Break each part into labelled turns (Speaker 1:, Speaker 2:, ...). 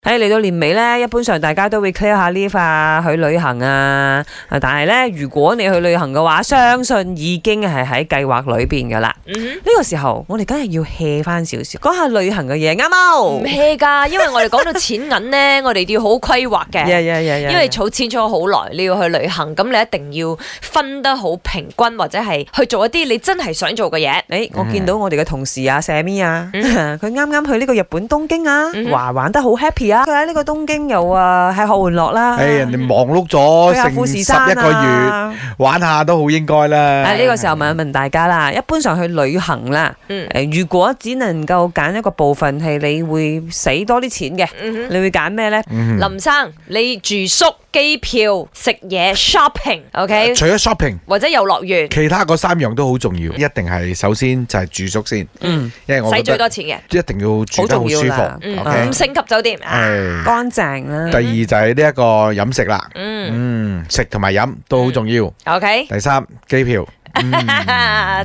Speaker 1: 喺嚟到年尾咧，一般上大家都會 clear 下 leave 啊，去旅行啊。啊但係咧，如果你去旅行嘅話，相信已經係喺計劃裏邊噶啦。呢、
Speaker 2: 嗯
Speaker 1: 個時候我哋梗係要 hea 翻少少，講下旅行嘅嘢啱冇
Speaker 2: 唔 hea 噶，因為我哋講到錢銀咧， 我哋都要好規劃嘅。
Speaker 1: Yeah, yeah, yeah, yeah,
Speaker 2: 因為儲錢儲咗好耐，你要去旅行，咁你一定要分得好平均，或者係去做一啲你真係想做嘅嘢。
Speaker 1: 誒，我見到我哋嘅同事啊，Sammy 啊， 佢啱啱去呢個日本東京啊
Speaker 2: 嗯，哼
Speaker 1: 哇玩得好 happy 啊！佢喺呢個東京又啊吃喝玩樂啦，
Speaker 3: 唉，人哋忙碌咗
Speaker 1: 去下
Speaker 3: 成
Speaker 1: 富士
Speaker 3: 十
Speaker 1: 山
Speaker 3: 一個月，
Speaker 1: 啊。
Speaker 3: 玩下都好應該
Speaker 1: 啊！
Speaker 3: 啦。
Speaker 1: 呢個時候問一問大家啦，一般上去旅行啦，
Speaker 2: 嗯
Speaker 1: 誒，如果只能夠揀一個部分係你會使多啲錢嘅，
Speaker 2: 嗯哼
Speaker 1: 你會揀咩呢？
Speaker 3: 嗯
Speaker 2: 林生，你住宿、機票、食嘢、shopping，OK，、
Speaker 3: 除咗 shopping，
Speaker 2: 或者遊樂園，
Speaker 3: 其他嗰三樣都好重要，一定係首先就係住宿先，
Speaker 1: 嗯，
Speaker 3: 因為我
Speaker 2: 使
Speaker 3: 覺
Speaker 2: 最多
Speaker 3: 得
Speaker 2: 錢嘅，
Speaker 3: 一定要住得
Speaker 1: 好重
Speaker 3: 好舒
Speaker 1: 要啦嗯
Speaker 2: 嗯，
Speaker 3: 服。OK，
Speaker 2: 五星級酒店啊，
Speaker 3: 係
Speaker 1: 乾淨啦
Speaker 3: 第。二就係呢一個飲食啦，
Speaker 2: 嗯
Speaker 3: 嗯，食同埋飲都好重要。
Speaker 2: ，OK，
Speaker 3: 第三，機票嗯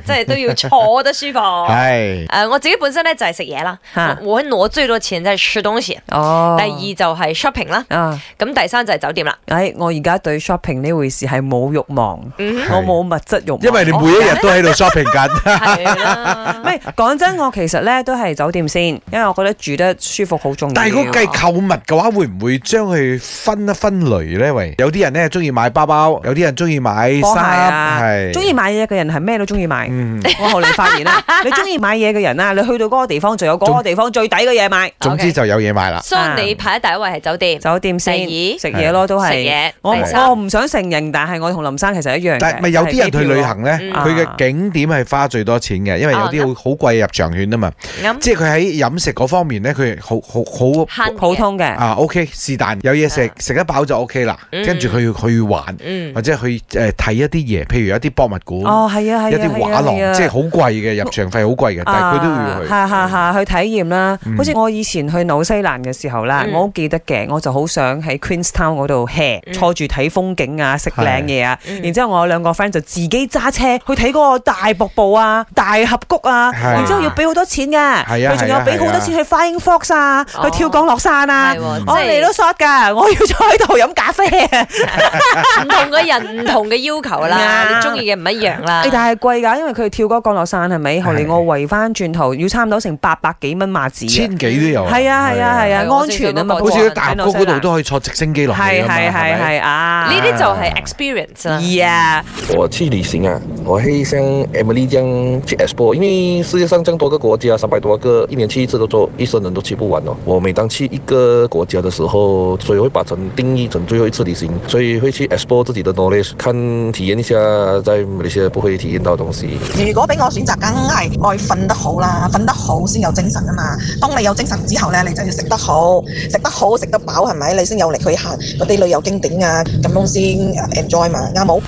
Speaker 2: 即係都要坐得 舒服。
Speaker 3: 啊係
Speaker 2: 誒、我自己本身咧就係食嘢啦，
Speaker 3: 啊
Speaker 1: 嚇
Speaker 2: 我我攞最多錢就係吃東西，
Speaker 1: 哦，
Speaker 2: 第二就係 shopping 啦，
Speaker 1: 二啊，
Speaker 2: 咁第三就係酒 店啦。
Speaker 1: 誒，我而家對 shopping 呢回事係冇慾望，
Speaker 2: 嗯
Speaker 1: 我冇物質慾望，
Speaker 3: 因為你每一日都喺度 shopping 緊，
Speaker 2: 哼，係啦
Speaker 1: 唔。係講真，我其實咧都係酒店先，因為我覺得住得舒服好重要。啊
Speaker 3: 但係如果計購物嘅話，會唔會將佢分一分類呢？喂，有啲人呢中意買包包，有啲人中意買
Speaker 1: 波鞋
Speaker 3: 衫，
Speaker 1: 啊，
Speaker 3: 係
Speaker 1: 中意買嘢嘅人係咩都中意買。
Speaker 3: 嗯，
Speaker 1: 我後嚟發現啦，你中意買嘢嘅人啊，你去到嗰個地方就有嗰個地方最抵嘅嘢買。
Speaker 3: 總之就有嘢
Speaker 1: 啊
Speaker 3: 買啦。
Speaker 2: 所以你排喺第一位係酒店，
Speaker 1: 酒店先
Speaker 2: 第二
Speaker 1: 食嘢咯，都
Speaker 2: 食
Speaker 1: 係。
Speaker 2: 嘢，
Speaker 1: 我
Speaker 2: 第三
Speaker 1: 我唔想承認，但係我同林生其實一樣嘅
Speaker 3: 但係咪有啲人去旅，行呢，
Speaker 2: 嗯
Speaker 3: 佢
Speaker 1: 啊
Speaker 3: 嘅景點係花最多錢嘅，因為
Speaker 1: 哦
Speaker 3: 有啲好好貴入場券啊嘛。
Speaker 1: 嗯
Speaker 2: 咁
Speaker 3: 即係佢喺飲食嗰方面呢，佢好好好
Speaker 1: 係
Speaker 2: 慳
Speaker 1: 普
Speaker 2: 嘢，
Speaker 1: 通嘅。
Speaker 3: 啊 OK，是但有嘢食
Speaker 2: 啊
Speaker 3: 食得飽就 OK 啦。
Speaker 2: 嗯
Speaker 3: 跟住佢要去玩
Speaker 2: 嗯
Speaker 3: 或者去誒睇一啲嘢，譬如有啲博物館、
Speaker 1: 哦，係啊，係啊，
Speaker 3: 一啲畫
Speaker 1: 係啊
Speaker 3: 廊，即係好貴嘅入場費好貴嘅，但係佢都要
Speaker 1: 啊
Speaker 3: 去。
Speaker 1: 係係係去體驗啦。
Speaker 3: 嗯
Speaker 1: 好似我以前去紐西蘭嘅時候啦，
Speaker 2: 嗯
Speaker 1: 我好記得嘅，我就好想喺 Queenstown 嗰度 hea，
Speaker 2: 嗯
Speaker 1: 坐住睇風景啊，食
Speaker 3: 係
Speaker 1: 靚嘢啊。
Speaker 2: 嗯
Speaker 1: 然之後我有兩個 friend 就自己揸車去睇嗰個大瀑布啊、大峽谷啊，
Speaker 3: 係
Speaker 1: 然之後要俾好多錢嘅，
Speaker 3: 係啊
Speaker 1: 佢仲有
Speaker 3: 係啊
Speaker 1: 俾好多
Speaker 3: 係啊
Speaker 1: 錢去 Flying Fox 啊，
Speaker 2: 哦
Speaker 1: 去跳降落傘啊
Speaker 2: 係。喎，
Speaker 1: 我
Speaker 2: 即
Speaker 1: 嚟到
Speaker 2: 係
Speaker 1: shot 㗎，我要坐喺度飲咖啡啊！
Speaker 2: 唔同嘅人唔同嘅要 求啦，
Speaker 1: 啱
Speaker 2: 你中意嘅唔一樣啦
Speaker 1: 誒。哎但係貴㗎，因為佢跳嗰個降落傘係咪？後嚟
Speaker 3: 係
Speaker 1: 我圍翻轉頭要差唔多成八百幾蚊馬子啊
Speaker 3: 千幾都有。
Speaker 1: 係啊係啊係
Speaker 2: 係啊
Speaker 1: 啊，安全啊嘛，
Speaker 2: 我
Speaker 3: 好
Speaker 2: 正
Speaker 3: 似
Speaker 2: 想
Speaker 3: 喺大學嗰度都可以坐直升機落去
Speaker 1: 係
Speaker 3: 㗎嘛
Speaker 1: 係係
Speaker 3: 咪
Speaker 1: 係啊，
Speaker 2: 呢啲就係 experience 啦。
Speaker 1: 呀，
Speaker 4: 我去旅行啊，我会像 Emily 这样去 explore，因为世界上这样多个国家，三百多个，一年去一次都做，一生人都去不完哦。我每当去一个国家的时候，所以会把成定义成最后一次旅行，所以会去 explore 自己的 knowledge，看体验一下在马来西亚不会体验到的东西。
Speaker 5: 如果俾我選擇，梗係我瞓得好啦，瞓得好先有精神啊嘛。當你有精神之後咧，你就要食得好，食得好食得飽係咪？你先有力去行嗰啲旅遊景點啊，咁樣先呃 enjoy 嘛，啱冇？